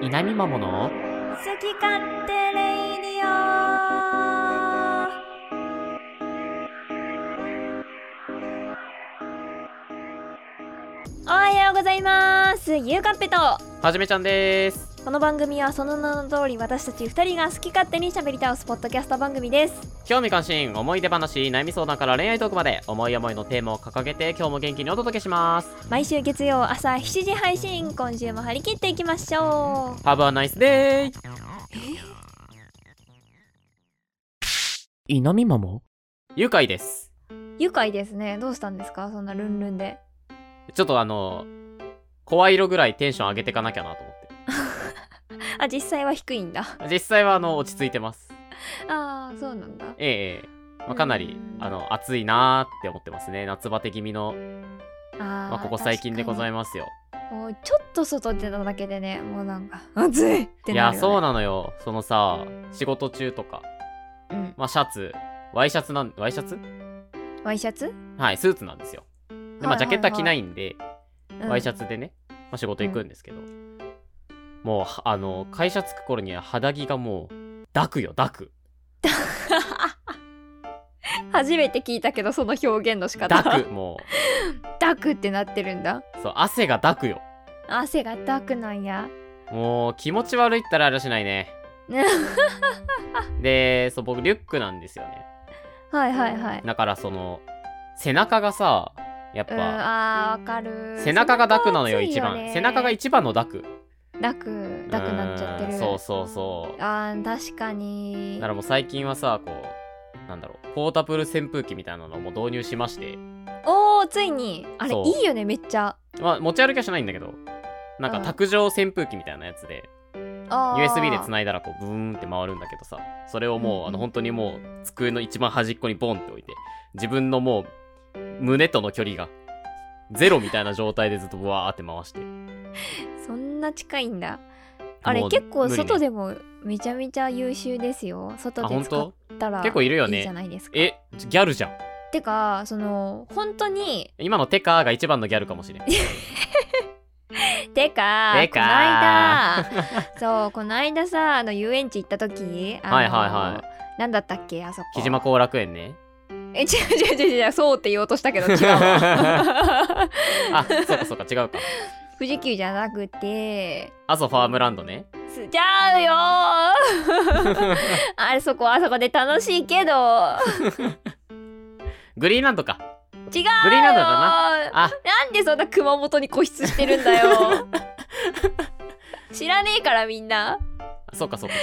稲見まもの好き勝手レイディオおはようございますゆうかっぺとはじめちゃんですこの番組はその名の通り私たち二人が好き勝手に喋り倒すポッドキャスト番組です興味関心思い出話悩み相談から恋愛トークまで思い思いのテーマを掲げて今日も元気にお届けします毎週月曜朝7時配信今週も張り切っていきましょ Have a nice day 稲見まも愉快ですう愉快ですねどうしたんですかそんなルンルンでちょっとあの声色ぐらいテンション上げてかなきゃなと思ってあ実際は低いんだ実際はあの落ち着いてますああそうなんだええええまあ、かなりうんあの暑いなーって思ってますね夏バテ気味の、あまあ、ここ最近でございまますよすもうちょっと外出ただけでねもうなんか 暑いっていなやるよ、ね、そうなのよそのさ仕事中とか、うんまあ、シャツワイシャツなんワイシャツワイシャツ、はいスーツなんですよで、まはあ、いジャケットは着ないんで、うんワイシャツでね、まあ、仕事行くんですけど、もうはあの会社着く頃には肌着がもう抱くよ抱く初めて聞いたけどその表現の仕方抱くも ダクってなってるんだうそう汗が抱くよ汗がダクなんや もう気持ち悪いったらあれはしないねでそう僕リュックなんですよねはいはいはいだからその背中がさやっうんぱあーわかる背中が抱くなのよ背一中暑い番ね背中が一番の抱くダクダクなっちゃってうるんそうそうそうだあー確かにからもう最近はさこうなんだろうポータブル扇風機みたいなのをもう導入しまして、おーついにあれそういいよねめっちゃまあ、持ち歩きはしないんだけどなんかうん卓上扇風機みたいなやつであー USB で繋いだらこうブーンって回るんだけどさそれをもう、うんあの本当にもう机の一番端っこにボンって置いて自分のもう胸との距離がゼロみたいな状態でずっとブワーって回してそんな近いんだあれもう結構無理ね外でもめちゃめちゃ優秀ですよ外あで本使っ当たら結構いるよねいいじゃないですかえギャルじゃんてかその本当に今のテカが一番のギャルかもしれんてかてかこないだ そうこないださあの遊園地行った時あのはいはいはなんだったっけあそこ木島後楽園ねえ違う違う違う違うそうって言おうとし たけど違うわあそうかそうか違うか富士急じゃなくて阿蘇ファームランドねす ちゃうよーあれそこあそこで楽しいけどグリーンランドか違うよーグリーンランドだあなんでそんな熊本に固執してるんだよ 知らねえからみんなそうかそうか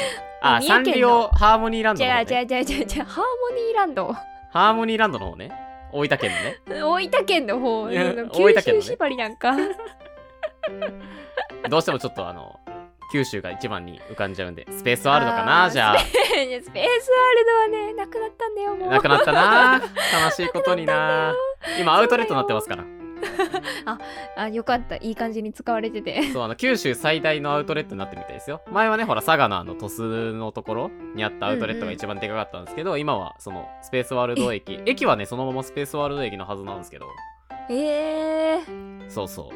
あ三サン重県リのオハーモニーラン違ドうの方、違ね、う違う違う違うハーモニーランドハーモニーランドの方ね大分県のね大分県の方いやあの大分県のね九州縛りなんか、どうしてもちょっとあの九州が一番に浮かんじゃうんでスペースワールドかなあーじゃあスペースワールドはねなくなったんだよもうなくなったな悲しいことにな今アウトレットになってますからあよかったいい感じに使われててそうあの九州最大のアウトレットになってみたいですよ前はねほら佐賀のあの鳥栖のところにあったアウトレットが一番でかかったんですけど、今はそのスペースワールド 駅駅はねそのままスペースワールド駅のはずなんですけどえー、そうそう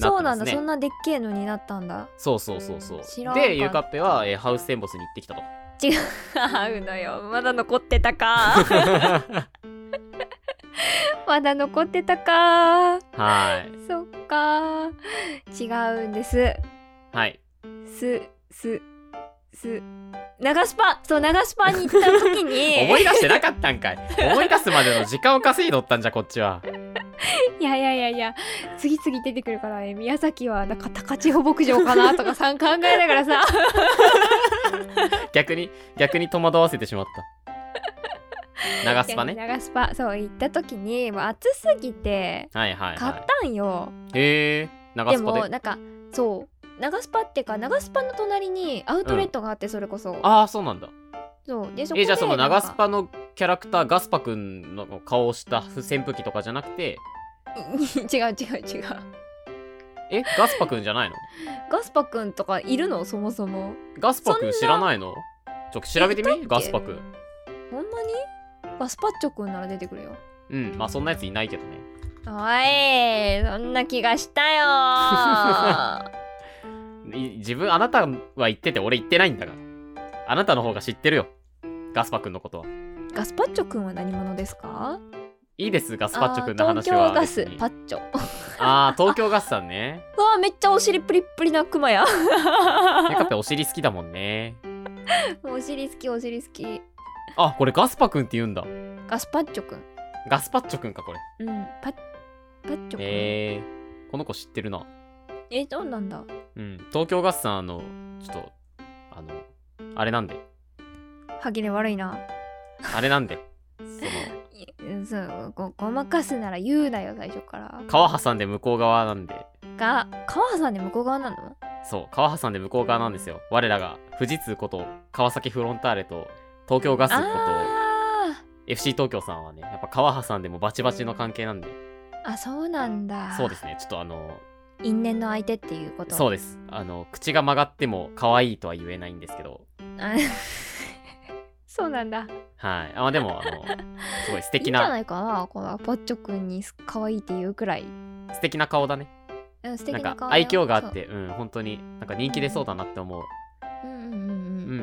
そうなってますなんだ、ねそんなでっけえのになったんだそうそうそうそう知らんかったでゆうかっぺは、えーハウステンボスに行って きたと合うのよまだ残ってたか まだ残ってたはかいそっか違うんですはいすすす長スパそう長スパに行った時 思にい出してなかったんかい思い出すまでの時間を稼いどったんじゃこっちはいやいやいやいや次々出てくるから、え宮崎はなんか高千穂牧場かなとか さん考えながらさ逆に逆に戸惑わせてしまった長スパいねや長スパそう行った時にもう暑すぎてはいはい買っはたんよ、いへえ長でスパでもなんかそう長スパってか長スパの隣にアウトレットがあってそれこそ、ああそうなんだそうでそこでえじゃあそのなんか長スパのキャラクターガスパくんの顔をした扇風機とかじゃなくて 違う違う違うえガスパくんじゃないのガスパくんとかいるのそもそもガスパくんそんな知らないのちょっと調べていたっけみガスパくんほんまにガスパッチョくんなら出てくるようんまあそんなやついないけどねおいそんな気がしたよいい自分あなたは行ってて俺行ってないんだからあなたの方が知ってるよガスパ君のことは ガスパッチョくんは何者ですかいいですガスパッチョ君のあー話東京はガス別にパッチョああ東京ガスさん ねうわめっちゃお尻プリップリなクマやねカッペお尻好きだもんねお尻好きお尻好きあこれガスパ君って言うんだガスパッチョくんガスパッチョ君かこれうんパッパッチョくんええー、この子知ってるなどうなんだうん東京ガスさんあのちょっとあのあれなんで歯切れ悪いなあれ なんでそのいそうごごまかすなら言うなよ最初から川挟んで向こう側なんでが川さんで向こう側なのそう川挟んで向こう側なんですよ我らが富士通こと川崎フロンターレと東京ガスことあ FC 東京さんはねやっぱ川挟んでもバチバチの関係なんでーあそうなんだそうですねちょっとあの因縁の相手っていうことそうですあの口が曲がっても可愛いとは言えないんですけどあ そうなんだはいあまあでもあ のすごい素いいんじ敵ゃなないかなこのパッチョくんに可愛いって言うくらい素敵な顔だねうん素敵なんなか顔だ愛よ嬌があってうん本当になんか人気出そうだなって思うそううんううんうんうんんうんうんうんうん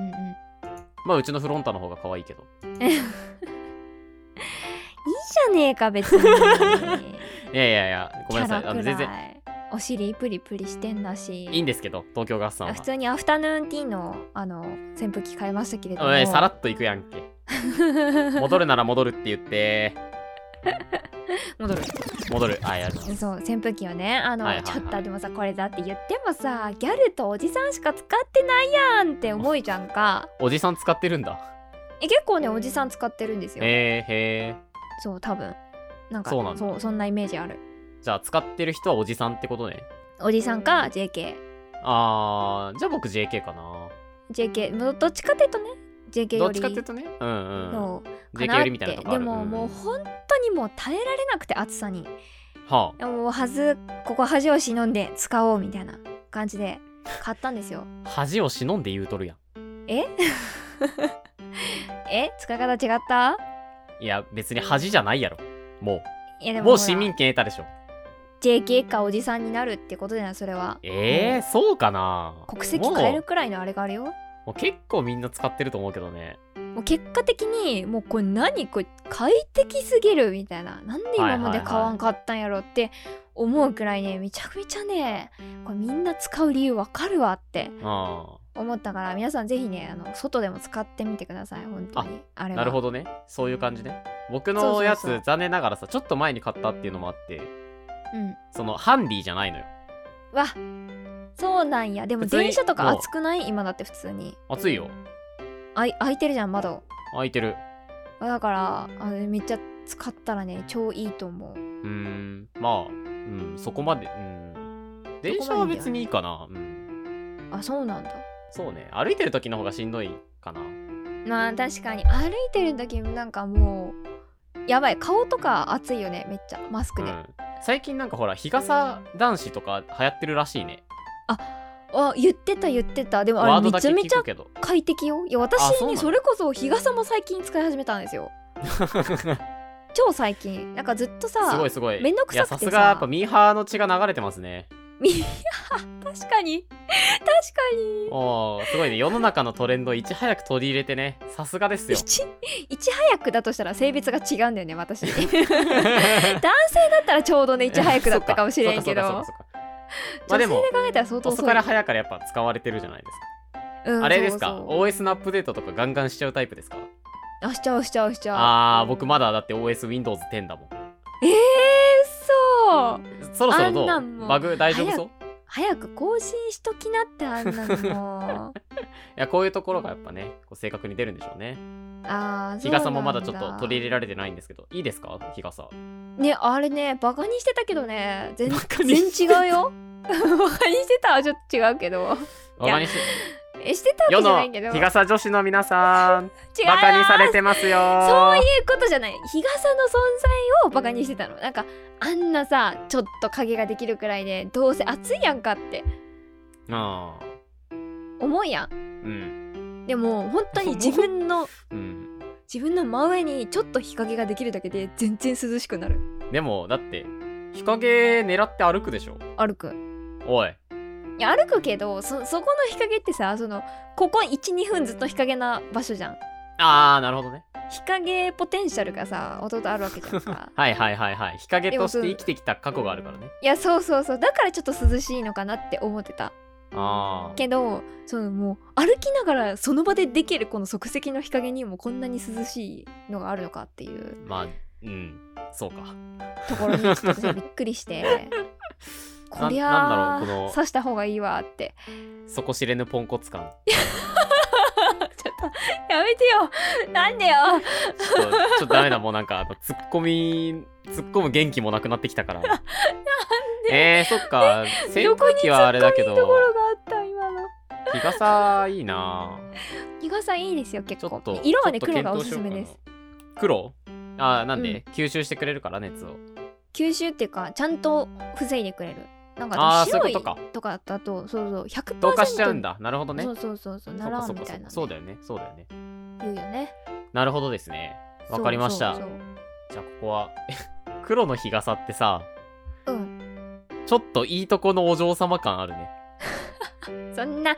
うんうんうんまあうちのフロンタの方が可愛いけどいいじゃねえか別にいやいやいや ごめんなさいキャラあのく全ら然いお尻プリプリしてんだしいいんですけど東京ガスさんは普通にアフタヌーンティーのあの扇風機買いましたけれどもおいさらっと行くやんけ 戻るなら戻るって言って戻る戻るあいやそうそう扇風機をねあの、はいはいはいちょっとでもさこれだって言ってもさギャルとおじさんしか使ってないやんって思いじゃんかおじさん使ってるんだえ結構ねおじさん使ってるんですよ、へえへそう多分なんかそうなんだそうそんなイメージあるえじゃあ使ってる人はおじさんってことねおじさんか JKJK あーじゃあ僕 JK かな JK もうどっちかっていうとね JK どよっちりかっていうとねうんうんそうかな JK よってりみたいなとこあでるも、うんもう本当にもう耐えられなくて暑さにはもうはずここ恥を忍んで使おうみたいな感じで買ったんですよ あ恥を忍んで言うとるやえ え使い方違ったんいや別に恥じゃないやろもいやうでももうほら市民権得たでしょ JK かおじさんになるってことじゃないそれはえー、そうかな国籍変えるもくらいのあれがあるよもうもう結構みんな使ってると思うけどねう結果的にもうこれ何これ快適すぎるみたいななんで今まで買わんかったんやろって思うくらいねめちゃくちゃねこれみんな使う理由わかるわってうんあ思ったから皆さんぜひねあの外でも使ってみてください本当にあれはなるほどねそういう感じね僕そうそうそのうやつ残念ながらさちょっと前に買ったっていうのもあってうんそのハンディじゃないのよわそうなんやでも普通に電車とかもう暑くない今だって普通に暑いよあい開いてるじゃん窓空いてるだからあれめっちゃ使ったらね超いいと思ううーんまあ、うん、そこまでうん電車は別にいいかなうんあそうなんだそうね歩いてる時の方がしんどいかなまあ確かに歩いてる時なんかもうやばい顔とか暑いよねめっちゃマスクで、うん、最近なんかほら日傘男子とか流行ってるらしいねあ言ってた言ってたでもワあードれめだちけゃめ聞ちゃくけど快適よいやあ私そうなねのそれこそ日傘も最近使い始めたんで すよ超最近なんかずっとさすごいすごいめんどくさくてさいやさすがやっぱミーハーの血が流れてますね 確かに確かにおーすごいね世の中のトレンドをいち早く取り入れてねさすがですいよち いち早くだとしたら性別が違うんだよね私 男性だったらちょうどねいち早くだったかもしれんけ どそうか女そうかそうかそうかま性あででも考えたら相当遅から早からやっぱ使われてるじゃないですかうんあれですかそうそう OS のアップデートとかガンガンしちゃうタイプですかあしちゃうしちゃうしちゃうあー僕まだだって OSWindows10 だもんえー、嘘そろそろどあんなんもううバグ大丈夫そう早く更新しときなってあんなのも いやこういうところがやっぱねこう正確に出るんでしょうねあー日傘もまだちょっと取り入りれられてないんですけどいいですか日傘ねあれねバカにしてたけどね全バカにして全然違うよ バカにしてたはちょっと違うけどバカに しえしてたわ世けじゃなのいけど日傘女子の皆さん違うバカにされてますよそういうことじゃない日傘の存在をバカにしてたのなんかあんなさちょっと影ができるくらいでどうせ暑いやんかってあ思うやんーうんでも本当に自分のうん自分の真上にちょっと日陰ができるだけで全然涼しくなるでもだって日陰狙って歩くでしょ歩くおいいや歩くけどそそこの日陰ってさそのここ12分ずっと日陰な場所じゃんあー、なるほどね。日陰ポテンシャルがさ弟あるわけじゃん かはいはいはいはい。日陰として生きてきた過去があるからね。いやそうそうそうだからちょっと涼しいのかなって思ってたあー。けどそのもう歩きながらその場でできるこの即席の日陰にもこんなに涼しいのがあるのかっていうまあ、うん。そうか。ところにちょっと さびっくりしてこりななゃんだろうこのあ刺した方がいいわって底知れぬポンコツ 感。ちょっとやめてよなんでよちょっとちょっとダメだ、もうなんか、あの突っ込み、突っ込む元気もなくなってきたから。なんでえー、そっか。扇どこ風に機突はあっれだけ込どみ、どころがあった今の日傘いいな日傘いいですよ結ちょ構っと。色はねちょっと黒がお検討すしすようめかなです。黒あー、なんで、吸収してくれるから、熱を。吸収っていうかちゃんと防いでくれるなんあかー白そういういことかとかだとそうそう100%同化しちゃうんだ。なるほどね。そうそうそうそうなそうからそんうみかたそういなかそうだよね。そうだよね。言うよねなるほどですね。わかりましたそうそうじゃあここは 黒の日傘ってさそううんちょっといいとこのお嬢様感あるねそんな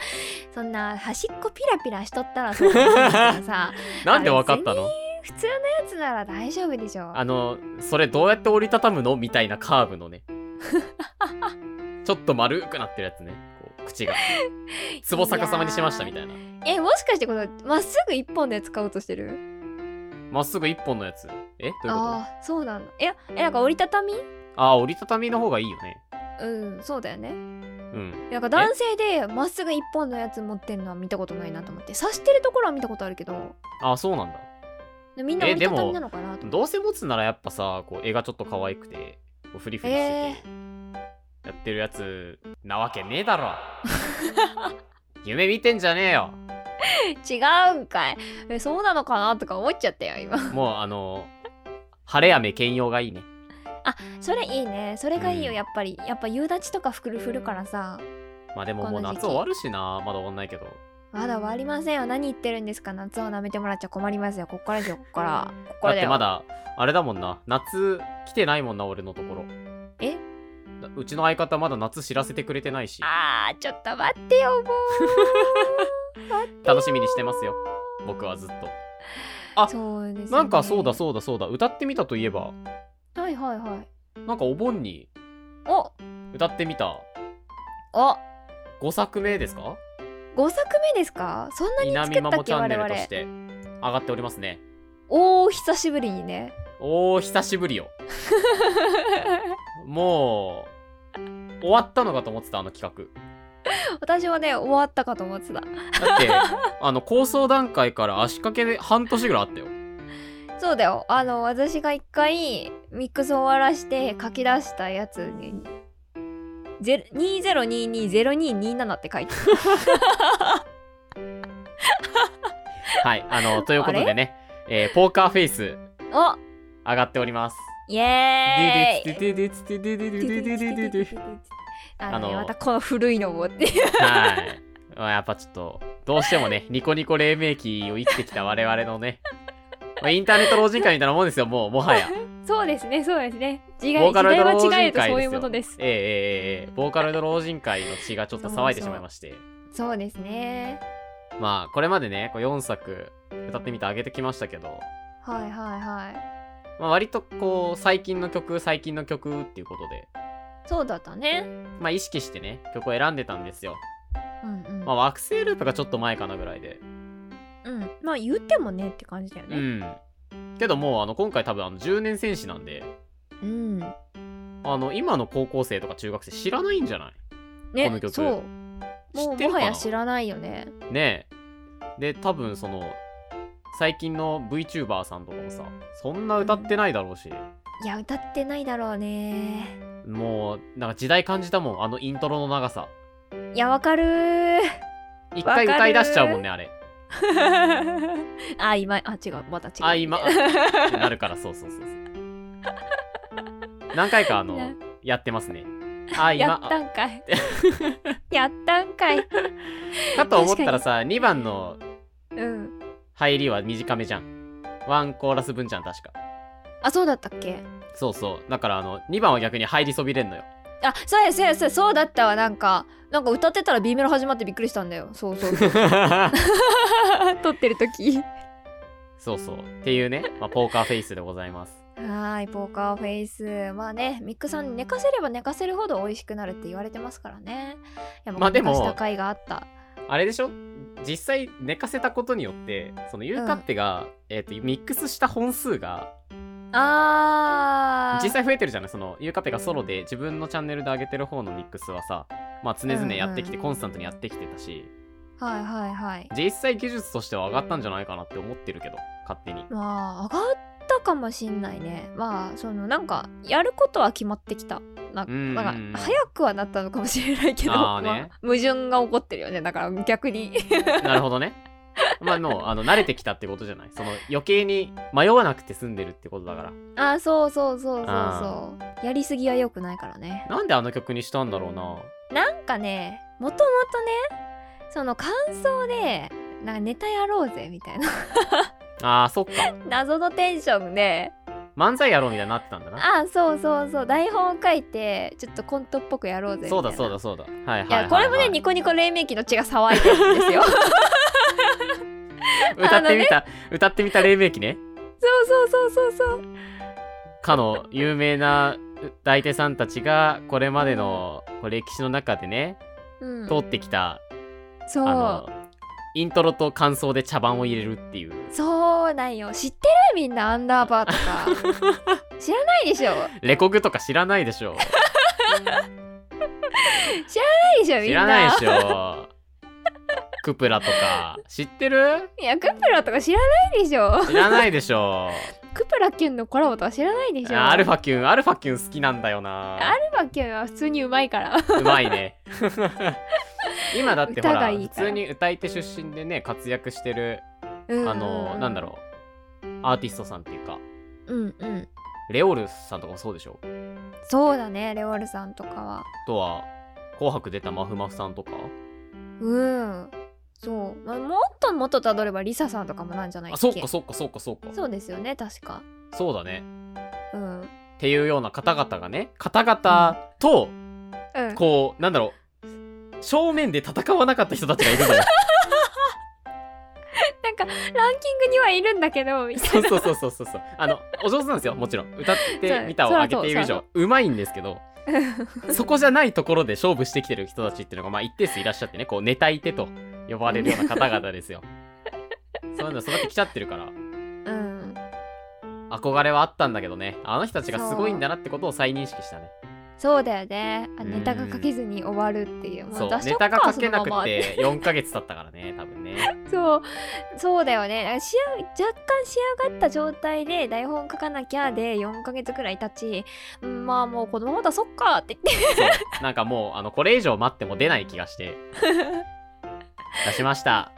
そんな端っこピラピラしとったらそうなんだけどさ なんでわかったの普通のやつなら大丈夫でしょあのそれどうやって折りたたむのみたいなカーブの ねちょっと丸くなってるやつねこう口がつぼ逆さまにしましたみたいなえもしかしてこのまっすぐ一本で使おうとしてるまっすぐ一本のやつえどういうことあああーそうなんだいやえなんか折りたたみあー折りたたみの方がいいよねうんそうだよねうんなんか男性でまっすぐ一本のやつ持ってるのは見たことないなと思って刺してるところは見たことあるけどああそうなんだみんなえ折りたでたもみなのかなと思ってどうせ持つならやっぱさこう絵がちょっと可愛くてこうフリフリしてて、やってるやつなわけねえだ ろ夢見てんじゃねえよ 違うんかいえそうなのかなとか思っちゃったよ今 もうあの晴れ雨兼用がいいねそれいいねそれがいいよ、うんやっぱりやっぱ夕立ちとかふくるふるからさまあでももこうんな時期夏終わるしなまだ終わんないけどまだ終わりませんよ何言ってるんですか夏を舐めてもらっちゃ困りますよこっからですよこっからこっかだっらだてよまだあれだもんな夏来てないもんな俺のところえだうちの相方まだ夏知らせてくれてないしあーちょっと待ってよも楽しみにしてますよ僕はずっとあうそうです、ね、なんかそうだそうだそうだ歌ってみたといえばうはいはいはいなんかお盆にお歌ってみたお5作目ですか5作目ですかそんなに稲作見っまたもっチけャンネ我ルと々して上がっておりますねおお久しぶりにねおー久しぶりよもう終わったのかと思ってたあの企私はね終わったかと思ってた画 だってあの構想段階から足掛けで半年ぐらいあったよそうだよあの私が一回ミックス終わらして書き出したやつにゼロ20220227って書いてあるはいあ のということでね、えーポーカーフェイスお上がっておりますイエーイはあのあねのまたこの古いのもっていまあやっぱちょっとどうしてもねニコニコ黎明期を生きてきた我々のねまあインターネット老人会みたいなもんですよもうもはやそうですねそうですね違い時ボーカロイ代ド老人は会違えとですよそういうものですええええええボーカロイド老人会の血がちょっと騒いでしまいましてそうですねまあこれまでねこう4作歌ってみてあげてきましたけど、はいはいはいまあ、割とこう最近の曲最近の曲っていうことで、そうだったねまあ、意識してね曲を選んでたんですよ、うんうん、まあ、惑星ループがちょっと前かなぐらいでうん、まあ言ってもねって感じだようねんけどもうあの今回多分あの10年戦士なんでうん、あの今の高校生とか中学生知らないんじゃないねこの曲そう知もっうてるもかなはや知らないよねねえで多分その最近の VTuber さんとかもさそんな歌ってないだろうし、いや歌ってないだろうねもうなんか時代感じたもんあのイントロの長さいやわかるー 一回わか歌るい出しちゃうもんねあれあ今あ違うまた違うあ今ってなるからそうそうそうそう何回かあのなやってますねあや今ったんかい やったんかいあかと思ったらさ2番のうん入りは短めじゃんワンコーラス分じゃん確かあそうだったっけそうそうだからあの2番は逆に入りそびれんのよあそうやそうやそうやそうだったわなんかなんか歌ってたら B メロ始まってびっくりしたんだよそうそ うそう撮ってる時そうそう。っていうね、まあ、ポーカーフェイスでございます。はーいポーカーフェイスまあねミックさん寝かせれば寝かせるほど美味しくなるって言われてますからねいやまあでも寝かした回があったあれでしょ実際寝かせたことによって、そのユーカッペが、えっ、と、ミックスした本数が、あー実際増えてるじゃないその、ユーカッペがソロで自分のチャンネルで上げてる方のミックスはさ、まあ常々やってきて、うんうんコンスタントにやってきてたし、はいはいはい実際技術としては上がったんじゃないかなって思ってるけど、勝手に。まあ上がったかもしんないねまあそのなんかやることは決まってきたなうんうんうんなんか早くはなったのかもしれないけど、あーねまあ矛盾が起こってるよねだから 逆になるほどね。 まあもう、あの、慣れてきたってことじゃないその、余計に迷わなくて済んでるってことだから。あーそうそうそうそうそうやりすぎは良くないからねなんであの曲にしたんだろうな。なんかねもともとねその感想でなんかネタやろうぜみたいな ああ、そっか。謎のテンションで漫才やろうみたいになってたんだな。あそうそうそう台本を書いてちょっとコントっぽくやろうぜみたいなそうだそうだそうだ。はいはいいはい、やこれもねニコニコ黎明期の血が騒いでるんで すよそう歌ってみた、歌ってみた黎明期ね。そうそうそうそうかの有名な大手さんたちがこれまでのこう歴史の中でね、うん通ってきた、そあうのイントロと感想で茶番を入れるっていう。そうなんよ知ってるみんなアンダーバー とか知らないでしょなレコグとか知らないでしょ。いでしょ み知んならないでしょ。クプラとか知ってるいやクプラとか知らないでしょ知らないでし ょ。クプラキュンのコラボとか知らないでしょアルファキュン、アルファキュン好きなんだよな。アルファキュンは普通にうまいからうまい ね今だってほ歌がらいい普から通に歌い手出身でね活躍してるあのなんだろうアーティストさんっていうかううんうんレオルさんとかもそうでしょそうだねレオルさんとかはあとは「紅白」出たまふまふさんとかうんそう、まあ、もっともっとたどればリサさんとかもなんじゃないあっけそうかそうかそうかそうかそうですよね確かそうだねうん、うん、っていうような方々がね方々とこうなんだろう正面で戦わなかった人たちがいるのよなんかランキングにはいるんだけどみたいそうそうそうそうそうそうあのお上手なんですよもちろん歌ってみたを上げている以そうそう上うまいんですけどそこじゃないところで勝負してきてる人たちっていうのが、まあ、一定数いらっしゃってね、こう、ネタい手と呼ばれるような方々ですよ。そういうの育ってきちゃってるから、な、うん、憧れはあったんだけどね、あの人たちがすごいんだなってことを再認識したね。そうだよねあうんネタが書けずに終わるっていうもそう、出しネちゃタっがか書けなくそのままて4ヶ月経ったからね、多分ね。そうそうだよね仕上若干仕上がった状態で台本書かなきゃで4ヶ月くらい経ちうんまあもうこのままだそっかって言っそう、なんかもう、あの、これ以上待っても出ない気が して。出しました。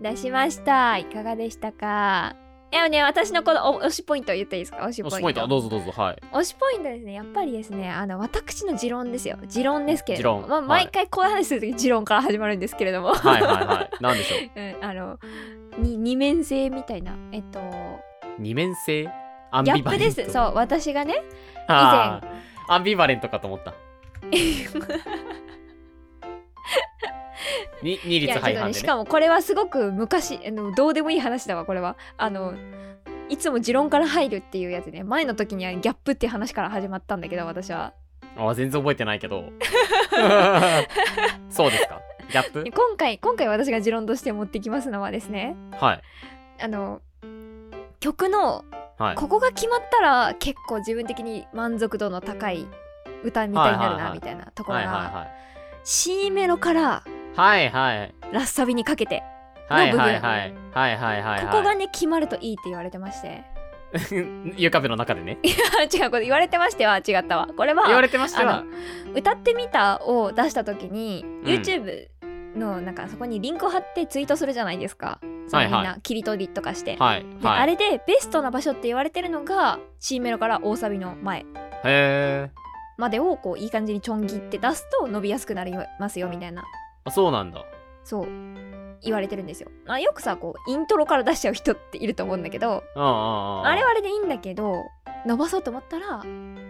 て出しましたいかがでしたかでもね私のこのお推しポイント言っていいですか推しおポイントしポイント、どうぞどうぞ、はい。推しポイントですねやっぱりですねあの私の持論ですよ持論ですけれども、持論まあ、はい毎回こういう話するとき持論から始まるんですけれども、はいはいはい。なんでしょう。 うん、あのに二面性みたいなえっと二面性アンギャビッバレプント。ですそう私がね あー。アンビバレントかと思った。に二い律背やちょっと反ねでしね。かもこれはすごく昔あのどうでもいい話だわこれはあのいつも持論から入るっていうやつね前の時にはギャップっていう話から始まったんだけど私はあ全然覚えてないけ ど。そうですか。ギャップで今回今回私が持論として持ってきますのはですねはい。あの曲のはい。ここが決まったら結構自分的に満足度の高い歌みたいになるなみたいなところはいがは C メロからいはい。はいはい。ラッサビにかけてはいの部分はいはい。はいはいはいはい。ここがね決まるといいって言われてまして ゆかべの中でね。違うこれ言われてましては違ったわこれ言わはれてましたあよ。歌ってみたを出した時にん YouTube のなんかそこにリンクを貼ってツイートするじゃないですかそはのいみんはいな切り取りとかして、はいであはい。れでベストな場所って言われてるのが C メロから大サビの前へえ。までをこういい感じにちょん切って出すと伸びやすくなりますよみたいなあそうなんだ。そう言われてるんですよ、まあ、よくさこうイントロから出しちゃう人っていると思うんだけどうんうんうんうん。あれはあれでいいんだけど伸ばそうと思ったら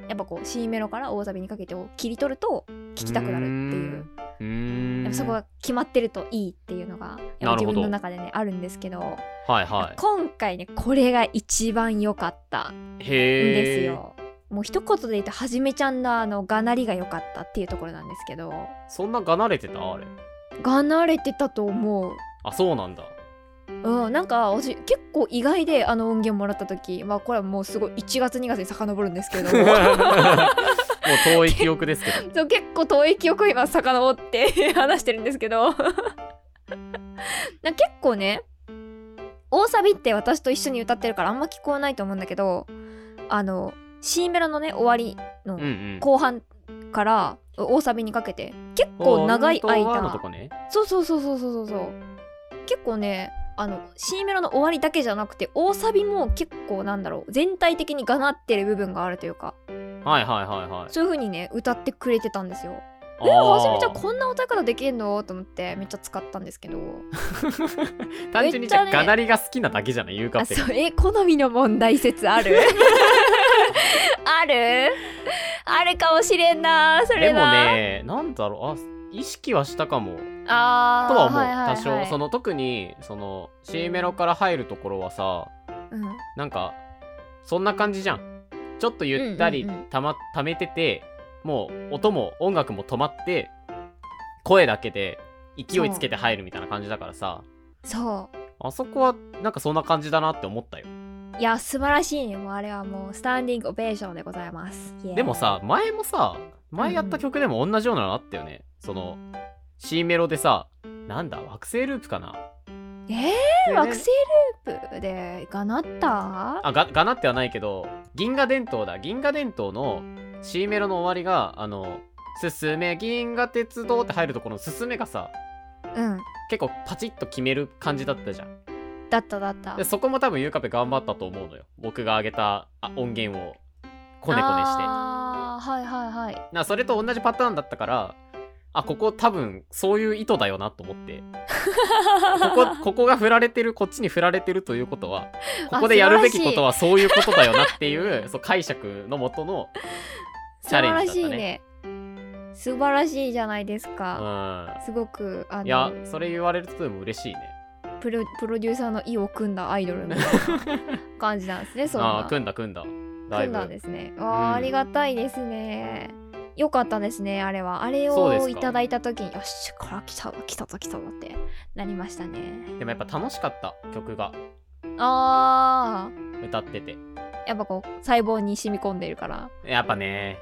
やっぱこう C メロから大サビにかけてを切り取ると聴きたくなるっていうーんうーんやっぱそこが決まってるといいっていうのがやっぱなる自ほど分の中でねあるんですけどはいは今回ねこれが一番良かったんいですへえよ。もう一言で言うとはじめちゃんのあのがなりが良かったっていうところなんですけどそんながなれてたあれがなれてたと思う。あそう なんだうん、なんか私結構意外であの音源もらった時まあこれはもうすごい1月2月に遡るんですけど ももう遠い記憶ですけ どそう結構遠い記憶を今遡って 話してるんですけど なんか結構ね大サビって私と一緒に歌ってるからあんま聞こえないと思うんだけどあの C メロのね終わりのうんうん後半から大サビにかけて結構長い本当はの間とこねそうそうそうそうそうそうそう結構ねあの C メロの終わりだけじゃなくて大サビも結構なんだろう全体的にがなってる部分があるというかはいはいはいはいそういう風にね歌ってくれてたんですよ。あえはじめちゃんーこんな歌い方できんのと思ってめっちゃ使ったんですけど単純にじゃあがなりが好きなだけじゃない言うかあってそうえ好みの問題 説あるあるあるかもしれんなそでれもはねなんだろうあ意識はしたかもあーとは思う、いいい多少その特にその C メロから入るところはさうんなんかそんな感じじゃんちょっとゆったりうんうんうんたま、溜めててもう音も音楽も止まって声だけで勢いつけて入るみたいな感じだからさそうあそこはなんかそんな感じだなって思ったよいや素晴らしいねもうあれはもうスタンディングオベーションでございますイエーイでもさ前もさ前やった曲でも同じようなのあったよね、その C メロでさなんだ惑星ループかなえでー、ね惑星ループでがなったあががなってはないけど銀河伝統だ銀河伝統の C メロの終わりがあの「進め銀河鉄道」って入るところの「進め」がさうん結構パチッと決める感じだったじゃんだっただったでそこも多分ゆうかぺ頑張ったと思うのよ僕が上げたあ音源をこねこねしてあーはいはいはいなそれと同じパターンだったからあここ多分そういう意図だよなと思ってここここが振られてるこっちに振られてるということはこ こでやるべきことはそういうことだよなっていうそう解釈のもとのチャレンジだったね素晴らしいね素晴らしいじゃないですか、うすごくあんいやのそれ言われるとでも嬉しいねプロプロデューサーの意を組んだアイドルみたいな感じなんですねそんああなー組んだ組んだだい組ぶんだんですねわあ、うんありがたいですねよかったですねあれはあれそうですをかいただいた時によしこら来たぞ来たぞ来たぞってなりましたねでもやっぱ楽しかった曲があー歌っててやっぱこう細胞に染み込んでるから やっぱね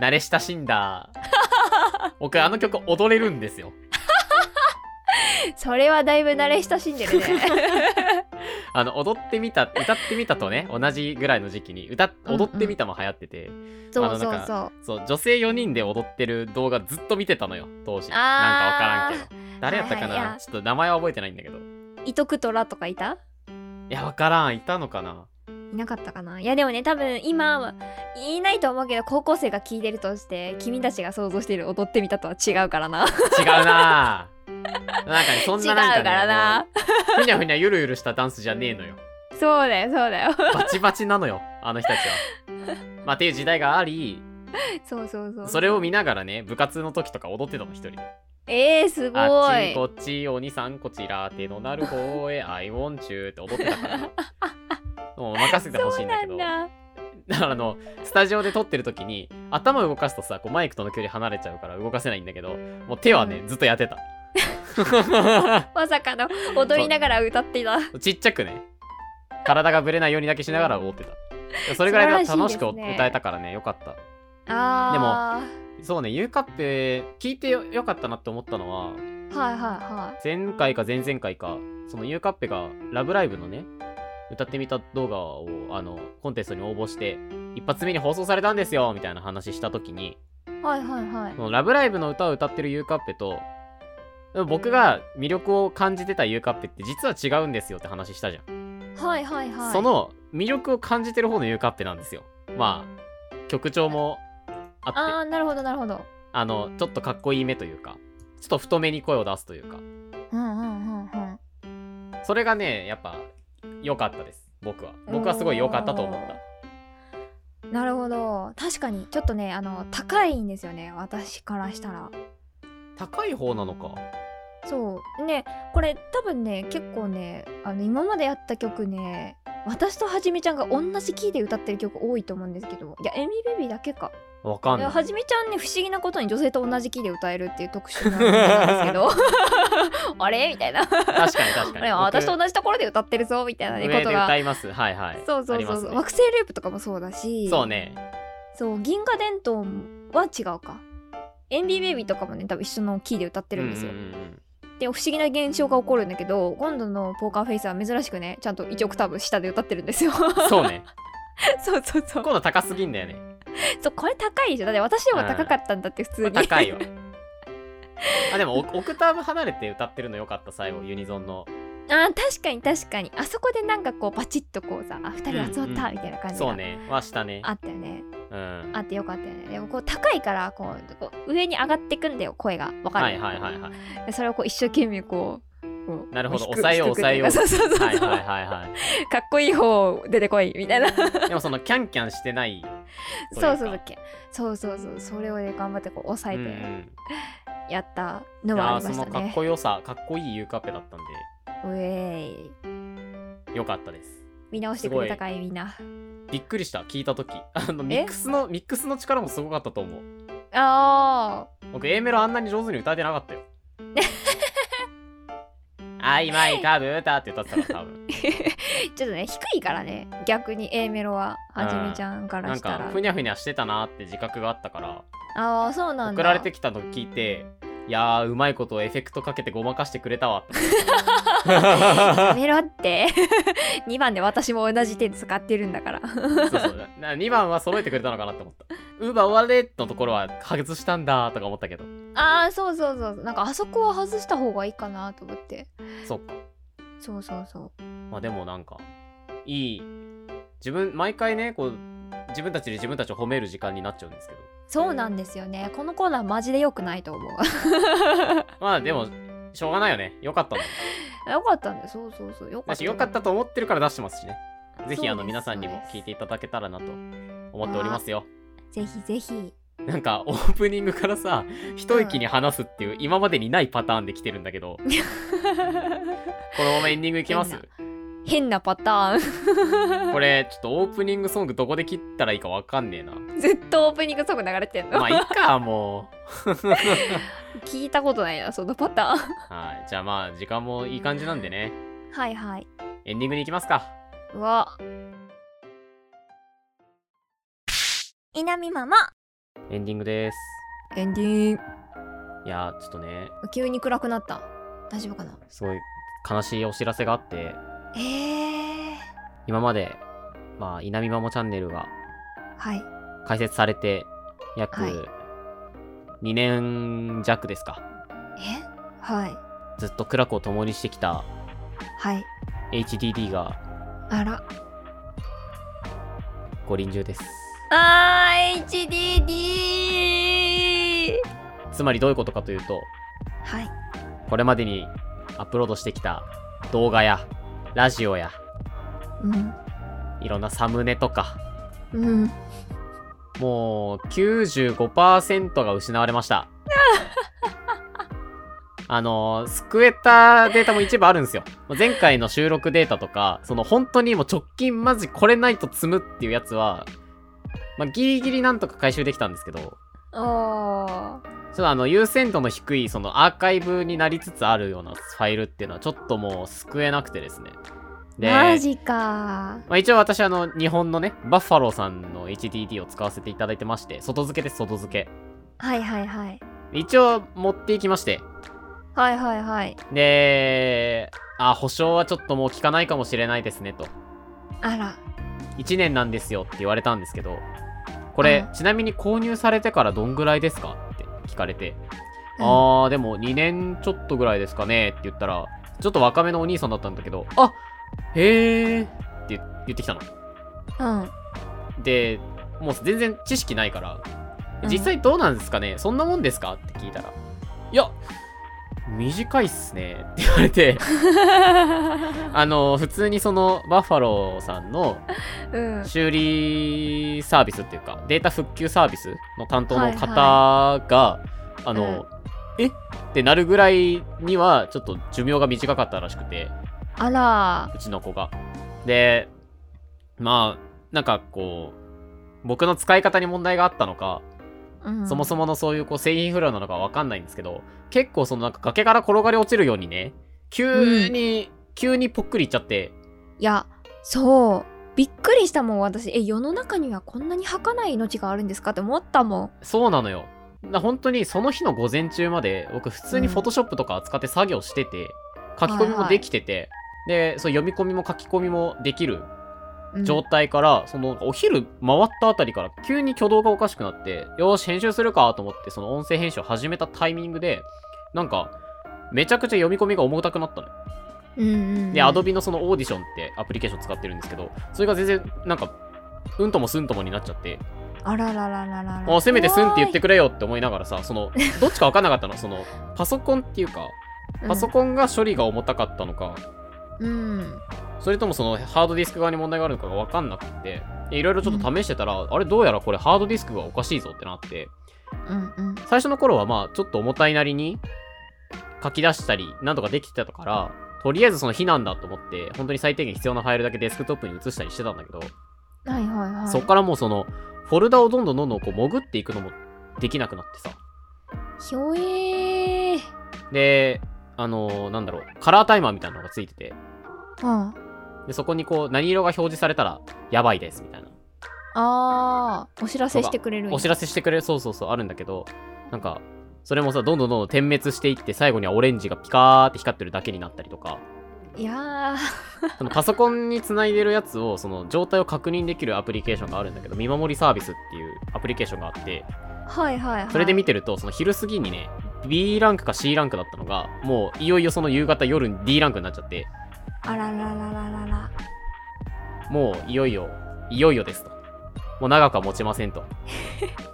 慣れ親しん だ僕あの曲踊れるんですよそれはだいぶ慣れ親しんでる ねあの踊ってみた歌ってみたとね同じぐらいの時期に歌っうんうん踊ってみたも流行ってて、そうそあのなうんそうそう女性4人で踊ってる動画ずっと見てたのよ当時あーなんかわからんけど誰やったかな、はいはいいやちょっと名前は覚えてないんだけどい伊徳トラとかいたやわからんいたのかないなかったかないやでもね多分今はいないと思うけど高校生が聞いてるとして君たちが想像してる踊ってみたとは違うからな 違うななんかねそん違なうなんか、ね、からなもうふにゃふにゃゆるゆるしたダンスじゃねえのよそうだよそうだよ バチバチなのよあの人たちはまあっていう時代がありそうそうそうそれを見ながらね部活の時とか踊ってたの一人でえー、すあごっちいこっちおにさんこちら手のなる方へ I want you って踊ってたからもう任せてほしいんだけどなんだだからあのスタジオで撮ってる時に頭動かすとさこうマイクとの距離離れちゃうから動かせないんだけどもう手はね、うずっとやってたまさかの踊りながら歌ってたちっちゃくね体がぶれないようにだけしながら踊ってたそれぐらい楽しく素晴らしいですね歌えたからねよかったあそうねゆうかっぺ聞いてよよかったなって思ったのはーでもはいはいは前回か前々回かそのゆうかっぺが「ラブライブ!」のね歌ってみた動画をあのコンテストに応募して一発目に放送されたんですよみたいな話した時にいはいはいはいそのラブライブ!」の歌を歌ってるゆうかっぺと僕が魅力を感じてたゆうかっぺって実は違うんですよって話したじゃん、はいはいはいその魅力を感じてる方のゆうかっぺなんですよまあ曲調もあってああなるほどなるほどあのちょっとかっこいい目というかちょっと太めに声を出すというかうんうんうんうんそれがねやっぱ良かったです僕は僕はすごい良かったと思ったなるほど確かにちょっとねあの高いんですよね私からしたら高い方なのかそうねこれ多分ね結構ねあの今までやった曲ね私とはじめちゃんが同じキーで歌ってる曲多いと思うんですけどもいやエミベビーだけかわかんないはじめちゃんね不思議なことに女性と同じキーで歌えるっていう特殊な歌なんです けどあれみたいな確確かに確 かに私と同じところで歌ってるぞみたいな、僕ね、上ことでが歌いますはいはいそうそあうりそまうすそう、ね惑星ループとかもそうだしそうねそう銀河伝統は違うかエンビーベイビーとかもね多分一緒のキーで歌ってるんですよ、うううんで不思議な現象が起こるんだけど今度のポーカーフェイスは珍しくねちゃんと1オクターブ下で歌ってる んですようんそうねそうそうそう今度高すぎんだよねそうこれ高いでしょだって私でも高かったんだって普通に。高いわあでもオオクターブ離れて歌ってるのよかった最後ユニゾンのあー確かに確かにあそこでなんかこうパチッとこうさあ2人集まったみたいな感じが、そうねはしたねあったよねうんあってよかったよねでもこう高いからこうこう上に上がってくんだよ声がわかる、はいはいはいはいでそれをこう一生懸命こうこうなるほどこう抑えよう低く低く抑そうそうそうそう、はいはいはい はかっこいい方出てこいみたいなそういでもそのキャンキャンしてないといそうそうかそうそうそうそれをね頑張ってこう抑うんうえんてやったのいはやあーりそまのしたかっね、こよさかっこいいユーカペだったんうえいでよかったです見直してくれたかいみんなびっくりした聞いた時あのミックスのミックスの力もすごかったと思うあ僕 A メロあんなに上手に歌えてなか ったよあいまいかぶ歌って歌ってたから多分 ーちょっとね低いからね逆に A メロははじめちゃんからなんしたらかふにゃふにゃしてたなって自覚があったからああそうなんだ送られてきたの聞いていやーうまいことエフェクトかけてごまかしてくれたわ ってやめろって 2番で私も同じ手使ってるんだから そうそうな2番は揃えてくれたのかなって思った「ウーバー終われ」のところは外したんだとか思ったけどああそうそうそうなんかあそこは外した方がいいかなと思ってそっかそうそうそうまあでもなんかいい自分毎回ねこう自分たちで自分たちを褒める時間になっちゃうんですけどそうなんですよねこのコーナーマジで良くないと思う まあでもしょうがないよねよかったんだよかったんでそうそうそうよかだったしよかったと思ってるから出してますしねぜひあのそうです皆さんにも聞いていただけたらなと思っておりますよ。ぜひぜひなんかオープニングからさ一息に話すっていう今までにないパターンで来てるんだけどこのままエンディングいきます変変なパターこれちょっとオープニングソングどこで切ったらいいかわかんねえなン ずっとオープニングソング流れてんの、まあいいかも 聞いたことないなそのパターンう はいじゃあまあ時間もいい感じなんでねはいはいエンディングに行きますかうわ南ママエンディングですエンディングいやーちょっとね急に暗くなった大丈夫かなすごい悲しいお知らせがあってえー、今までまあ稲見マモチャンネルがはい開設されて約はい2年弱ですか、えはいずっと苦楽を共にしてきたはい HDD があらご臨終ですあー HDD つまりどういうことかというとはいこれまでにアップロードしてきた動画やラジオやうんいろんなサムネとかうんもう95%が失われましたあの救えたデータも一部あるんですよ前回の収録データとかその本当にもう直近マジこれないと積むっていうやつは、まあ、ギリギリなんとか回収できたんですけどあちょっとあの優先度の低いそのアーカイブになりつつあるようなファイルっていうのはちょっともう救えなくてですね。ーで、マジかまあ、一応私あの日本のね、バッファローさんの HDD を使わせていただいてまして、外付けです、外付はいはいはいけ。一応持っていきまして、はいはいはいで、あ、保証はちょっともう効かないかもしれないですねと。あら1年なんですよって言われたんですけど、これう、ちなみに購入されてからどんぐらいですかって聞かれて、うんあーでも2年ちょっとぐらいですかねって言ったらちょっと若めのお兄さんだったんだけど「あへえ」って言ってきたのうんでもう全然知識ないから「うん実際どうなんですかね、そんなもんですか?」って聞いたら「いや短いっすね」って言われてあの普通にそのバッファローさんの うん修理サービスっていうかデータ復旧サービスの担当の方が、あの、えってなるぐらいにはちょっと寿命が短かったらしくてあらうちの子がでまあなんかこう僕の使い方に問題があったのかうんそもそものそういうこう製品不良なのかわかんないんですけど、結構そのなんか崖から転がり落ちるようにね、急に、急にぽっくりいっちゃって、いやそうびっくりしたもん私え世の中にはこんなに儚い命があるんですかって思ったもんそうなのよ。な本当にその日の午前中まで、僕普通にうんフォトショップとか使って作業してて、書き込みもできてて、で、そう読み込みも書き込みもできるうん状態から、そのお昼回ったあたりから急に挙動がおかしくなってよーし編集するかと思ってその音声編集を始めたタイミングでなんかめちゃくちゃ読み込みが重たくなったのようんうんうんで Adobe のそのオーディションってアプリケーション使ってるんですけどそれが全然なんかうんともすんともになっちゃってあららららららあせめてすんって言ってくくれよって思いながらさそのどっちか分かんなかったのそのパソコンっていうかパソコンが処理が重たかったのか、うん、うんそれともそのハードディスク側に問題があるのかが分かんなくってでいろいろちょっと試してたら、あれどうやらこれハードディスクがおかしいぞってなってうんうん最初の頃はまあちょっと重たいなりに書き出したりなんとかできてたからとりあえずその避難だと思って本当に最低限必要なファイルだけデスクトップに移したりしてたんだけど、はいはいはいそっからもうそのフォルダをどんどんどんどんこう潜っていくのもできなくなってさひょえーであのーなんだろうカラータイマーみたいなのがついててあでそこにこう何色が表示されたらやばいですみたいなあーお知らせしてくれるんやお知らせしてくれるそうそうそうあるんだけどなんかそれもさどんどんどんどん点滅していって最後にはオレンジがピカーって光ってるだけになったりとかいやそのパソコンにつないでるやつをその状態を確認できるアプリケーションがあるんだけど見守りサービスっていうアプリケーションがあってーはいはい、はい、それで見てるとその昼過ぎにね B ランクか C ランクだったのがもういよいよその夕方夜に D ランクになっちゃってあららららららもういよいよいよいよですともう長くは持ちませんと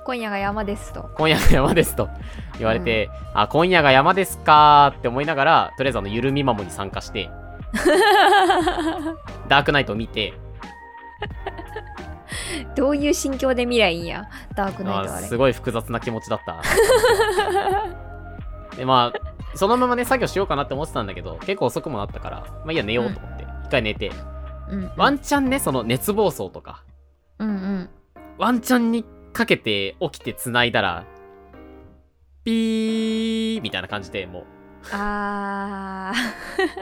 今夜が山ですと今夜が山ですと言われて、あ今夜が山ですかーって思いながらとりあえずあのゆるみまもに参加 してダークナイトを見てどういう心境で見りゃいいんやダークナイトああれすごい複雑な気持ちだった でまあそのままね作業しようかなって思ってたんだけど結構遅くもなったからまあいいや寝ようと思って、一回寝てうんうんワンチャンねその熱暴走とかうんうんワンチャンにかけて起きて繋いだらピーみたいな感じでもあ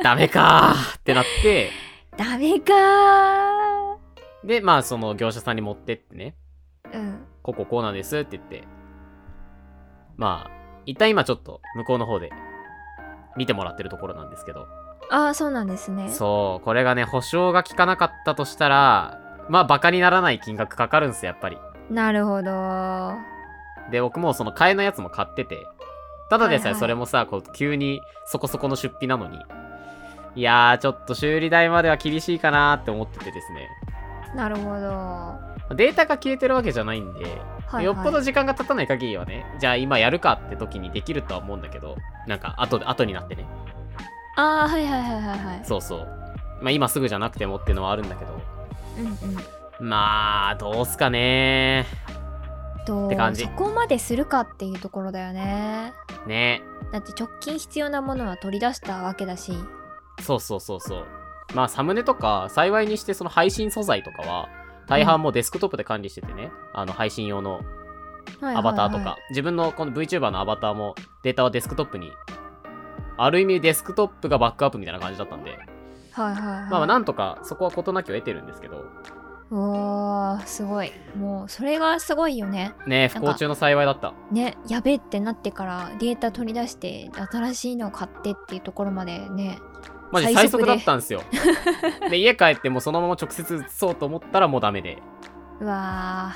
うダメかーってなってーダメかーでまあその業者さんに持ってってねうんこここうなんですって言ってまあ一旦今ちょっと向こうの方で見てもらってるところなんですけどああそうなんですねそうこれがね保証が効かなかったとしたらまあバカにならない金額かかるんですよやっぱりなるほどーで僕もその替えのやつも買っててただでさはいえはいそれもさ、こう急にそこそこの出費なのにいやーちょっと修理代までは厳しいかなーって思っててですねなるほどはデータが消えてるわけじゃないんで、い、はい、よっぽど時間が経たない限りはねじゃあ今やるかって時にできるとは思うんだけどなんか後で後になってねああはいはいはいはいはいそうそうまあ今すぐじゃなくてもっていうのはあるんだけどうんうんまあどうすかねとって感じそこまでするかっていうところだよねねだって直近必要なものは取り出したわけだしそうそうそうそうまあサムネとか幸いにしてその配信素材とかは大半もうデスクトップで管理しててね、あの配信用のアバターとか、自分のこの VTuber のアバターもデータはデスクトップにある意味デスクトップがバックアップみたいな感じだったんで、はいはいはい、はいはいはい、まあまあなんとかそこは事なきを得てるんですけどうわーすごいもうそれがすごいよねねえ不なんか幸中の幸いだったねやべえってなってからデータ取り出して新しいのを買ってっていうところまでねマジ最最速速でだったん ですよで家帰ってもうそのまま直接移そうと思ったらもうダメでうわ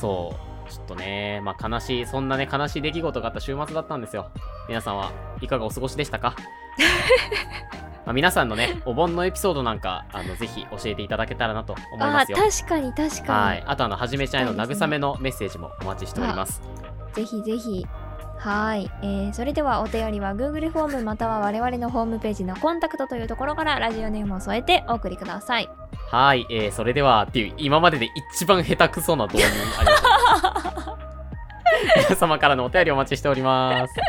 そうちょっとねまあ悲しいそんなね悲しい出来事があった週末だったんですよ皆さんはいかがお過ごしでした かまあ皆さんのねお盆のエピソードなんかあのぜひ教えていただけたらなとー思いまあすよー確かに確かはにい、あとあのはじめちゃんへの慰めのメッセージもお待ちしておりますぜひぜひ。はい、えーそれではお便りは Google フォームまたは我々のホームページのコンタクトというところからラジオネームを添えてお送りください。はい、えー、それではっていう今までで一番下手くそな導入ありがとうございます皆様からのお便りお待ちしております。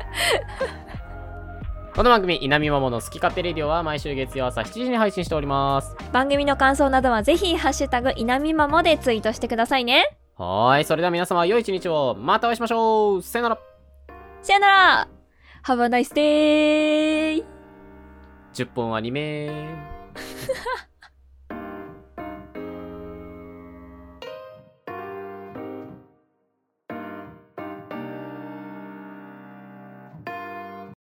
この番組、稲見まもの好き勝手レディオは毎週月曜朝7時に配信しております。番組の感想などはぜひ「ハッシュタグいなみまも」でツイートしてくださいねはーい、それでは皆様、良い一日を。またお会いしましょう。さよなら。さよなら Have a nice day! 10本アニメ。